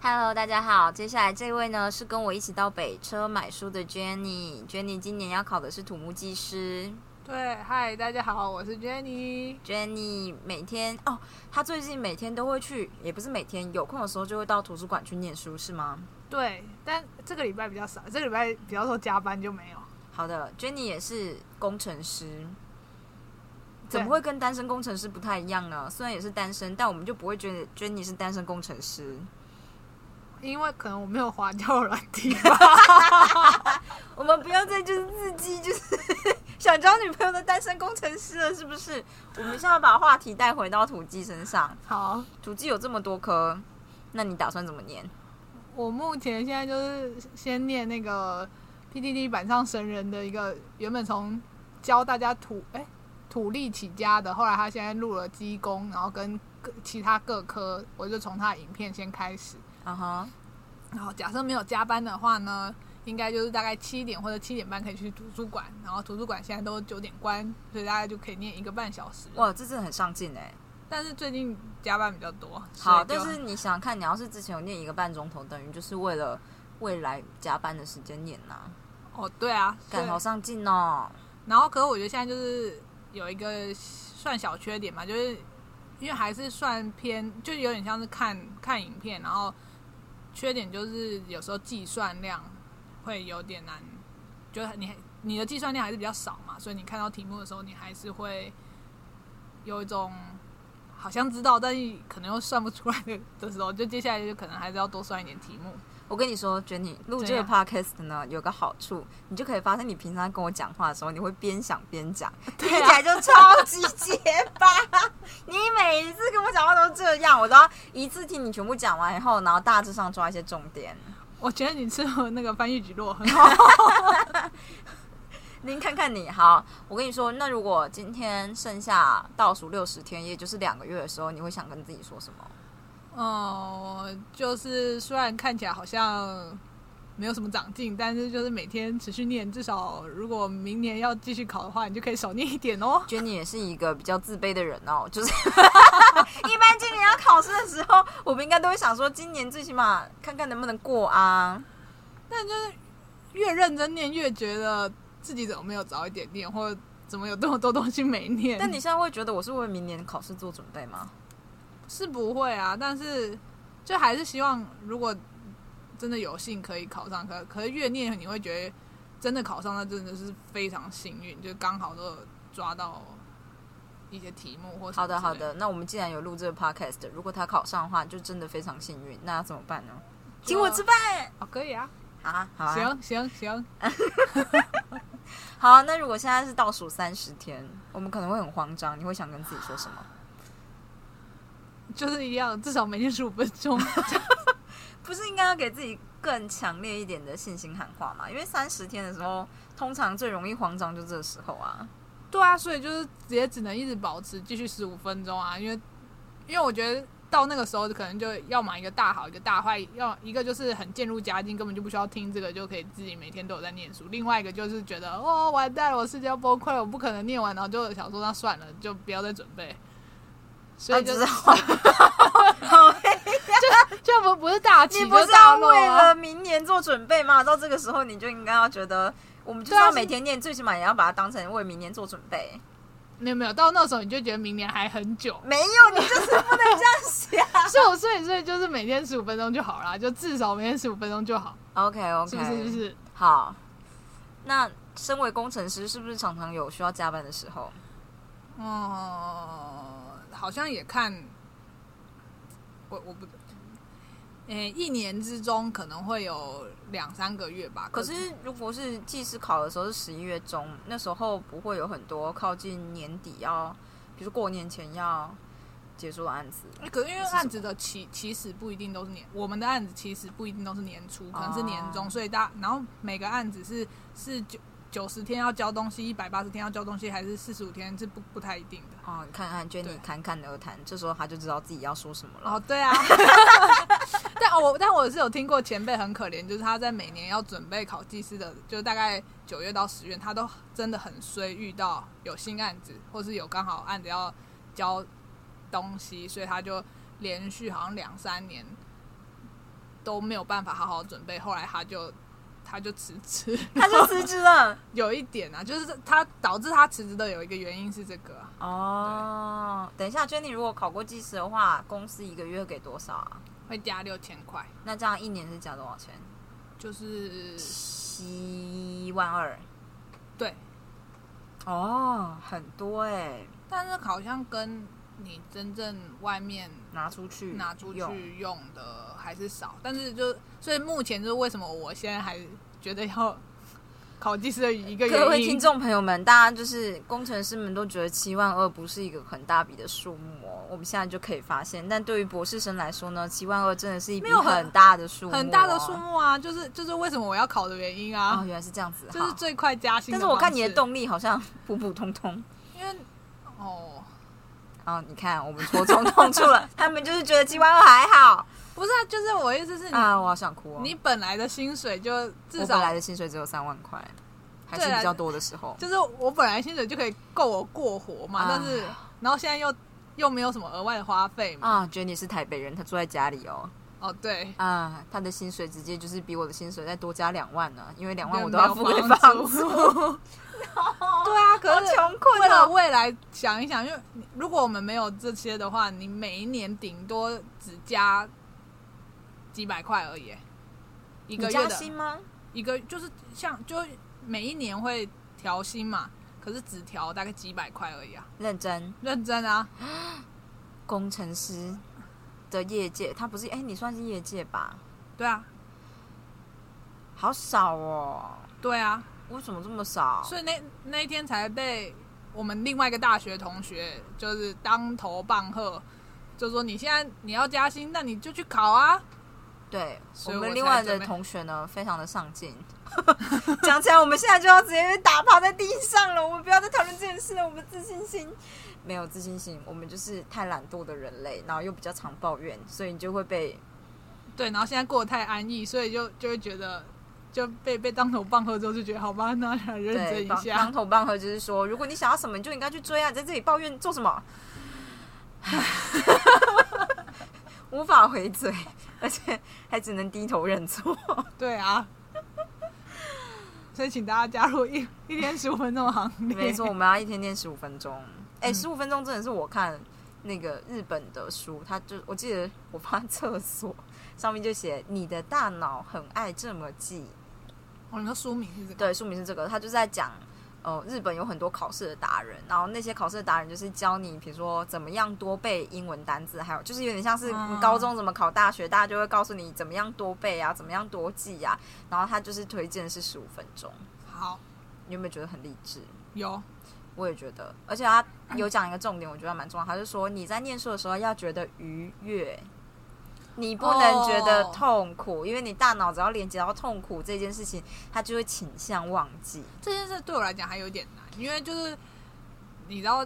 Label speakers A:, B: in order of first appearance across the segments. A: Hello，大家好，接下来这位呢是跟我一起到北车买书的 Jenny。Jenny 今年要考的是土木技师。
B: 对，嗨，大家好，我是 Jenny。
A: Jenny 每天哦，她最近每天都会去，也不是每天，有空的时候就会到图书馆去念书，是吗？
B: 对，但这个礼拜比较少，这个礼拜比较说加班就没有。
A: 好的，Jenny 也是工程师，怎么
B: 对
A: 会跟单身工程师不太一样呢？虽然也是单身，但我们就不会觉得 Jenny 是单身工程师。
B: 因为可能我没有滑掉软体吧。
A: 我们不要再就是自己就是 想交女朋友的单身工程师了，是不是？我们现在把话题带回到土鸡身上。
B: 好，
A: 土鸡有这么多科，那你打算怎么念？
B: 我目前现在就是先念那个 PDD 板上神人的一个，原本从教大家土哎、土力起家的，后来他现在入了机工，然后跟各其他各科，我就从他的影片先开始。
A: 啊哈，
B: 然后假设没有加班的话呢，应该就是大概七点或者七点半可以去图书馆，然后图书馆现在都九点关，所以大概就可以念一个半小时。
A: 哇，这真的很上进哎、但
B: 但是最近加班比较多，
A: 好，
B: 所以
A: 但
B: 就是啊
A: 你想想看，你要是之前有念一个半钟头，等于就是为了未来加班的时间念呐、
B: 哦对啊，
A: 感
B: 对
A: 好上进哦。
B: 然后可是我觉得现在就是有一个算小缺点嘛，就是因为还是算偏，就有点像是看看影片，然后缺点就是有时候计算量会有点难，就是你你的计算量还是比较少嘛，所以你看到题目的时候，你还是会有一种好像知道，但是可能又算不出来的 的时候，就接下来就可能还是要多算一点题目。
A: 我跟你说，Jenny 录这
B: 怎
A: 个
B: 样
A: podcast 呢，有个好处，你就可以发现你平常跟我讲话的时候，你会边想边讲，听
B: 啊
A: 起来就超级结巴。 你每一次跟我讲话都这样，我都要一次听你全部讲完以后，然后大致上抓一些重点。
B: 我觉得你吃了那个翻译举落很 好，
A: 您看看你好，我跟你说，那如果今天剩下倒数六十天，也就是两个月的时候，你会想跟自己说什么？
B: 哦，就是虽然看起来好像没有什么长进，但是就是每天持续念，至少如果明年要继续考的话，你就可以少念一点哦。
A: Jenny 也是一个比较自卑的人哦， 就是一般今年要考试的时候，我们应该都会想说，今年最起码看看能不能过啊。
B: 但就是越认真念，越觉得自己怎么没有早一点念，或者怎么有这么多东西没念。
A: 但你现在会觉得我是为明年考试做准备吗？
B: 是不会啊，但是就还是希望，如果真的有幸可以考上，可可是越念你会觉得真的考上，那真的是非常幸运，就刚好都有抓到一些题目或什
A: 好
B: 么
A: 的，
B: 之类
A: 好嗯的。那我们既然有录这个 podcast，如果他考上的话，就真的非常幸运。那要怎么办呢？请我吃饭
B: 哦，可以啊，
A: 啊！好啊，
B: 行行行，
A: 好。啊那如果现在是倒数三十天，我们可能会很慌张，你会想跟自己说什么？
B: 就是一样，至少每天十五分钟。
A: 不是应该要给自己更强烈一点的信心喊话嘛？因为三十天的时候，通常最容易慌张就这时候啊。
B: 对啊，所以就是也只能一直保持继续十五分钟啊，因为因为我觉得到那个时候可能就要么一个大好，一个大坏，要一个就是很渐入佳境，根本就不需要听这个就可以自己每天都有在念书；，另外一个就是觉得哦完蛋了，我世界要崩溃了，我不可能念完，然后就想说那算了，就不要再准备。所以就
A: 啊知
B: 是、
A: 道 好累
B: 就不不是大起
A: 你不
B: 就是
A: 要
B: 大落
A: 为
B: 啊
A: 了，明年做准备吗？到这个时候你就应该要觉得，我们就是
B: 对啊
A: 要
B: 是
A: 每天念，最起码也要把它当成为明年做准备。
B: 没有没有，到那时候你就觉得明年还很久，
A: 没有，你就是不能这样想。
B: 所以我所以所以就是每天十五分钟就好啦，就至少每天十五分钟就好，
A: OK OK，
B: 是不是？是不是？
A: 好，那身为工程师，是不是常常有需要加班的时候？
B: 哦，好像也看，我我不，诶、一年之中可能会有两三个月吧。
A: 可是如果是技师考的时候是十一月中，那时候不会有很多靠近年底要，比如说过年前要结束的案子。
B: 诶可是因为
A: 是什
B: 案子的起起始不一定都是年，我们的案子其实不一定都是年初，可能是年中，
A: 哦
B: 所以大然后每个案子是是九九十天要交东西，一百八十天要交东西，还是四十五天是不不太一定的。
A: 哦，你看看
B: 对
A: Jenny 侃侃而谈，这时候他就知道自己要说什么了。
B: 哦，对啊， 但哦我但我是有听过前辈很可怜，就是他在每年要准备考技师的，就是大概九月到十月，他都真的很衰，遇到有新案子或是有刚好案子要交东西，所以他就连续好像两三年都没有办法好好准备，后来他就他就辞职，
A: 他就辞职了。
B: 有一点啊，就是他导致他辞职的有一个原因是这个啊，
A: 哦，等一下，Jenny 如果考过技师的话，公司一个月给多少啊？
B: 会加六千块，
A: 那这样一年是加多少钱？
B: 就是
A: 七万二。
B: 对，
A: 哦，很多哎、
B: 但是好像跟你真正外面
A: 拿出去
B: 拿出
A: 嗯用
B: 去用的还是少，但是就所以目前就是为什么我现在还觉得要考技师的一个
A: 各
B: 原
A: 位
B: 因
A: 听，众朋友们，大家就是工程师们都觉得七万二不是一个很大笔的数目哦，我们现在就可以发现。但对于博士生来说呢，七万二真的是一笔
B: 没有很
A: 很大的 数目、
B: 很大的数。目啊，就是就是为什么我要考的原因
A: 哦，
B: 啊，
A: 原来是这样子。
B: 就是
A: 好
B: 最快加薪。
A: 但是我看你的，动力好 像普普通通。
B: 因为哦，
A: 啊、你看我们戳中痛处了，他们就是觉得七万二还好
B: 不是啊，就是我的意思是你、
A: 啊，我好想哭哦。
B: 你本来的薪水就
A: 我
B: 至
A: 本
B: 少
A: 来的薪水只有三万块，还是
B: 对啊
A: 比较多的时候。
B: 就是我本来薪水就可以够我过活嘛，
A: 啊
B: 但是然后现在又又没有什么额外的花费嘛，
A: 啊，觉得你是台北人，他住在家里哦。
B: 哦对，
A: 啊，他的薪水直接就是比我的薪水再多加两万呢、因为两
B: 因
A: 万
B: 为
A: 我都要付
B: 没
A: 给
B: 有
A: 房
B: 房
A: 租。
B: 对啊，可是
A: 好穷困哦
B: 为了未来想一想，因为你如果我们没有这些的话，你每一年顶多只加几百块而已耶，一
A: 一
B: 个月
A: 加
B: 的
A: 薪吗？
B: 一个就是像就每一年会调薪嘛，可是只调大概几百块而已啊，
A: 认真，
B: 认真啊，
A: 工程师的业界，他不是哎、你算是业界吧？
B: 对啊，
A: 好少哦，
B: 对啊，
A: 为什么这么少？
B: 所以那那一天才被我们另外一个大学同学就是当头棒喝，就说你现在你要加薪，那你就去考啊。
A: 对我
B: 所以我
A: 们
B: 才
A: 另外的
B: 准备
A: 同学呢，非常的上进。 讲起来，我们现在就要直接被打趴在地上了。我们不要再讨论这件事了。我们自信心没有自信心，我们就是太懒惰的人类，然后又比较常抱怨，所以你就会被
B: 对，然后现在过得太安逸，所以就就会觉得就被被当头棒喝之后就觉得好吧，那来认
A: 对
B: 真一
A: 当当
B: 下。
A: 头棒喝，就是说，如果你想要什么，你就应该去追啊！你在这里抱怨做什么？ 无法回嘴，而且还只能低头认错。
B: 对啊，所以请大家加入一一天十五分钟的行列。
A: 没错，我们要一天念十五分钟。哎、十五分钟真的是我看那个日本的书，它就我记得我放在厕所 上面就写“你的大脑很爱这么记
B: 哦，你说书名是这”，个？
A: 对，书名是这个，他就在讲。呃，日本有很多考试的达人，然后那些考试的达人就是教你，比如说怎么样多背英文单字，还有就是有点像是
B: 嗯
A: 你高中怎么考大学，大家就会告诉你怎么样多背啊，怎么样多记啊。然后他就是推荐是十五分钟，
B: 好，
A: 你有没有觉得很励志？
B: 有
A: 我也觉得，而且他有讲一个重点，我觉得蛮重要。他就说你在念书的时候要觉得愉悦，你不能觉得痛苦因为你大脑只要连接到痛苦这件事情，它就会倾向忘记。
B: 这件事对我来讲还有点难，因为就是你知道，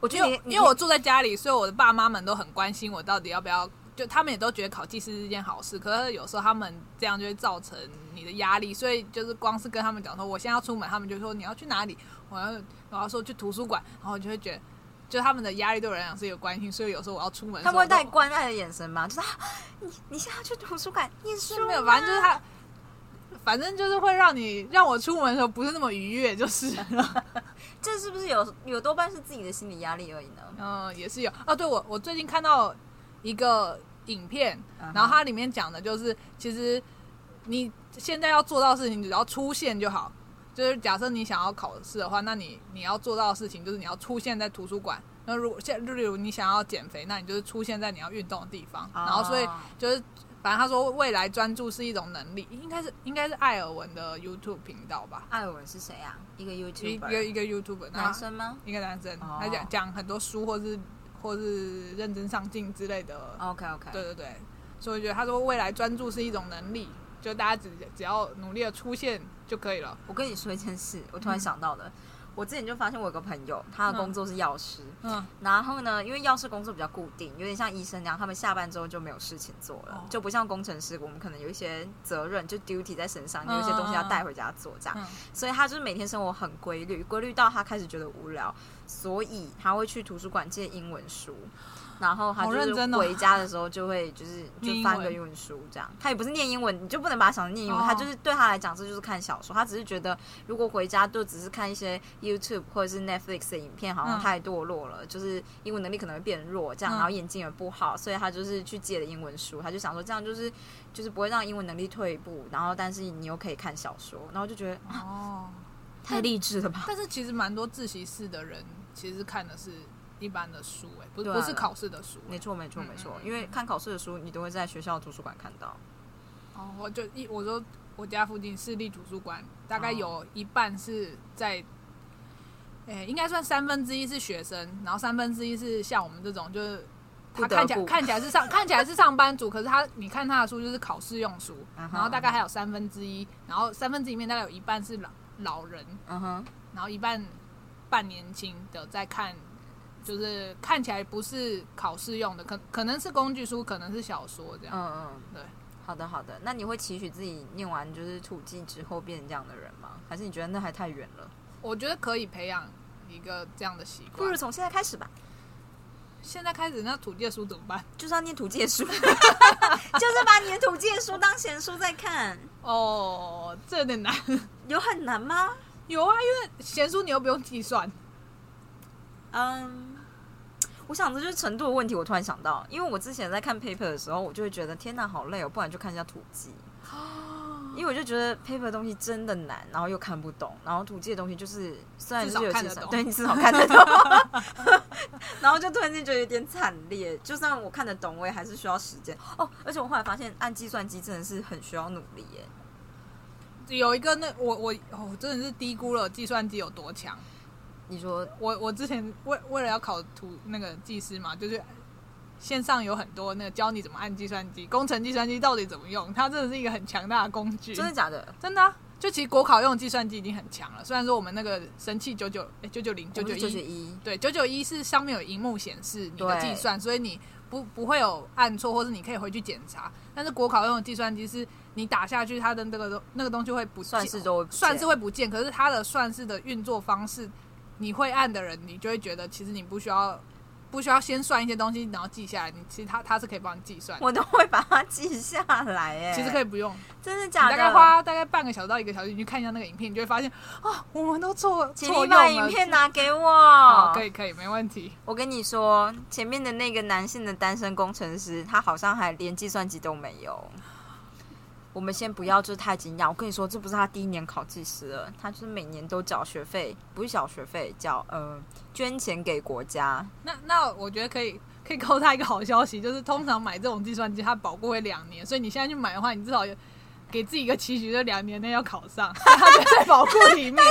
A: 我觉
B: 因
A: 得
B: 为
A: 你，
B: 因为我住在家里，所以我的爸妈们都很关心我到底要不要。就他们也都觉得考技师是一件好事，可是有时候他们这样就会造成你的压力，所以就是光是跟他们讲说我现在要出门，他们就说你要去哪里，我要我要说去图书馆，然后我就会觉得，就他们的压力对我来讲是有关心，所以有时候我要出门的时
A: 他
B: 候，
A: 们会带你关爱的眼神吗？就是、 啊、你你现在要去图书馆念书
B: 就没有，
A: 吗
B: 反正就是他，反正就是会让你让我出门的时候不是那么愉悦，就是 了。
A: 这是不是有有多半是自己的心理压力而已呢？
B: 嗯，也是有哦。对，我我最近看到一个影片
A: 嗯哼
B: 然后它里面讲的就是，其实你现在要做到的事情，只要出现就好。就是假设你想要考试的话，那你你要做到的事情就是你要出现在图书馆。那如果现例如你想要减肥，那你就是出现在你要运动的地方。然后所以
A: 啊
B: 就是，反正他说未来专注是一种能力，应该是应该是艾尔文的 YouTube 频道吧，
A: 艾尔文是谁啊？一个
B: 一个
A: YouTube
B: 一个 YouTube
A: 男生吗
B: 一个男生，
A: 哦
B: 他讲讲很多书或是或是认真上进之类的。
A: ？OK OK，
B: 对对对，所以我觉得他说未来专注是一种能力，就大家只只要努力的出现就可以了。
A: 我跟你说一件事，我突然想到的，我之前就发现我有个朋友，他的工作是药师，
B: 嗯，
A: 然后呢，因为药师工作比较固定，有点像医生那样，他们下班之后就没有事情做了，
B: 哦
A: 就不像工程师，我们可能有一些责任，就 duty 在身上，有一些东西要带回家做这样，
B: 嗯
A: 所以他就是每天生活很规律，规律到他开始觉得无聊，所以他会去图书馆借英文书，然后他
B: 好
A: 就
B: 认真
A: 是
B: 哦
A: 回家的时候就会 就是
B: 念
A: 就
B: 英
A: 翻个
B: 文
A: 英文书这样。他也不是念英文，你就不能把它想成念英文，
B: 哦
A: 他就是对他来讲这就是看小说，他只是觉得如果回家就只是看一些 YouTube 或者是 Netflix 的影片，好像
B: 嗯
A: 太堕落了，就是英文能力可能会变弱这样，
B: 嗯
A: 然后眼睛也不好，所以他就是去借了英文书，他就想说这样就是就是不会让英文能力退步，然后但是你又可以看小说，然后就觉得
B: 哦，
A: 太励志了吧。
B: 但是其实蛮多自习室的人其实看的是一般的书、哎，不是、
A: 对啊
B: 不是考试的书、
A: 没错，没错，
B: 嗯
A: 没错
B: 嗯，嗯
A: 因为看考试的书，你都会在学校图书馆看到。
B: 哦，我就一我说我家附近市立图书馆，大概
A: 哦
B: 有一半是在，诶、应该算三分之一是学生，然后三分之一是像我们这种，就是
A: 不
B: 他
A: 得
B: 看起来
A: 不
B: 看起来是上 看起来是上班族，可是他你看他的书就是考试用书，
A: 嗯哼
B: 然后大概还有三分之一，然后三分之一里面大概有一半是老老人，
A: 嗯哼，
B: 然后一半半年轻的在看。就是看起来不是考试用的，可可能是工具书，可能是小说这样。
A: 嗯嗯，
B: 对。
A: 好的，好的。那你会期许自己念完就是土技之后变成这样的人吗？还是你觉得那还太远了？
B: 我觉得可以培养一个这样的习
A: 不如
B: 惯。
A: 从现在开始吧，
B: 现在开始，那土地的书怎么办？
A: 就是要念土技 书，就是把你的土技书当闲书在看，
B: 哦，这有点难。
A: 有很难吗？
B: 有啊，因为闲书你又不用计算。
A: 嗯。我想这就是程度的问题。我突然想到，因为我之前在看 paper 的时候，我就会觉得天哪，好累哦，不然就看一下土技。
B: 哦
A: 因为我就觉得 paper 的东西真的难，然后又看不懂，然后土记的东西就是虽然就是有
B: 至少看
A: 些
B: 得懂
A: 对你至少看 得懂，然后就突然间觉得有点惨烈。就算我看得懂，我也还是需要时间哦。而且我后来发现，按计算机真的是很需要努力耶。
B: 有一个那我我哦，我真的是低估了计算机有多强。
A: 你说
B: 我我之前为为了要考图那个技师嘛，就是线上有很多那个教你怎么按计算机、工程计算机到底怎么用，它真的是一个很强大的工具。
A: 真的假的？
B: 真的啊、就其实国考用的计算机已经很强了，虽然说我们那个神器九九九九零九九
A: 九
B: 一
A: 九一，
B: 对，九九一是上面有荧幕显示你的
A: 对
B: 计算，所以你不不会有按错，或是你可以回去检查。但是国考用的计算机是你打下去，它的那个那个东西会不见
A: 算式都会不见
B: 算式会不见，可是它的算式的运作方式，你会按的人，你就会觉得其实你不需要不需要先算一些东西，然后记下来，你其实它它是可以帮你计算，
A: 我都会把它记下来耶。
B: 其实可
A: 以，
B: 以不用，
A: 真的假
B: 大
A: 的？
B: 概花大概半个小时到一个小时，你去看一下那个影片，你就会发现啊，我们都错
A: 请
B: 错
A: 你
B: 用
A: 把
B: 了。
A: 影片哦拿给
B: 好，
A: 我。
B: 可以可以，没问题。
A: 我跟你说，前面的那个男性的单身工程师，他好像还连计算机都没有。我们先不要就是太惊讶，我跟你说，这不是他第一年考技师了，他就是每年都缴学费，不是缴学费，缴呃捐钱给国家。
B: 那那我觉得可以可以告诉他一个好消息，就是通常买这种计算机，它保护会两年，所以你现在去买的话，你至少有给自己一个期许，就两年内要考上， 所以它就在保护里面。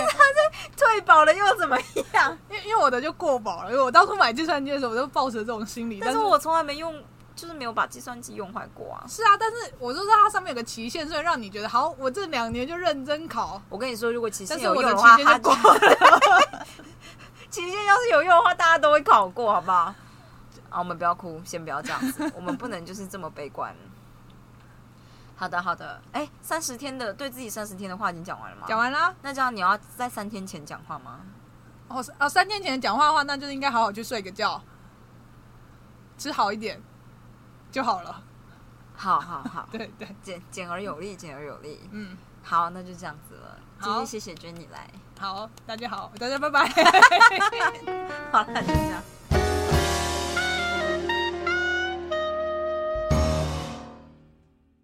A: 退保了又怎么样？
B: 因为因为我的就过保了，因为我当初买计算机的时候，我都抱着这种心理，
A: 但
B: 但
A: 是
B: 是
A: 我从来没用，就是没有把计算机用坏过啊。
B: 是啊，但是我就知道它上面有个期限，所以让你觉得好，我这两年就认真考。
A: 我跟你说，如果期限
B: 但是
A: 有
B: 我
A: 用
B: 的
A: 的
B: 期
A: 话，
B: 限
A: 他
B: 就
A: 就
B: 过 了，
A: 期限要是有用的话，大家都会考过，好不好？啊，我们不要哭，先不要这样子，我们不能就是这么悲观。好的，好的。哎，三十天的对自己三十天的话已经讲完了吗？
B: 讲。完啦。
A: 那这样你要在三天前讲话吗？
B: 哦是哦，三天前讲话的话，那就是应该好好去睡个觉，吃好一点就好了。
A: 好好 好，
B: 对对，
A: 简简而有力，简而有力。
B: 嗯。
A: 好，那就这样子了。今
B: 好
A: 天谢谢娟你来。
B: 好，大家好，大家拜拜。
A: 好了，就这样。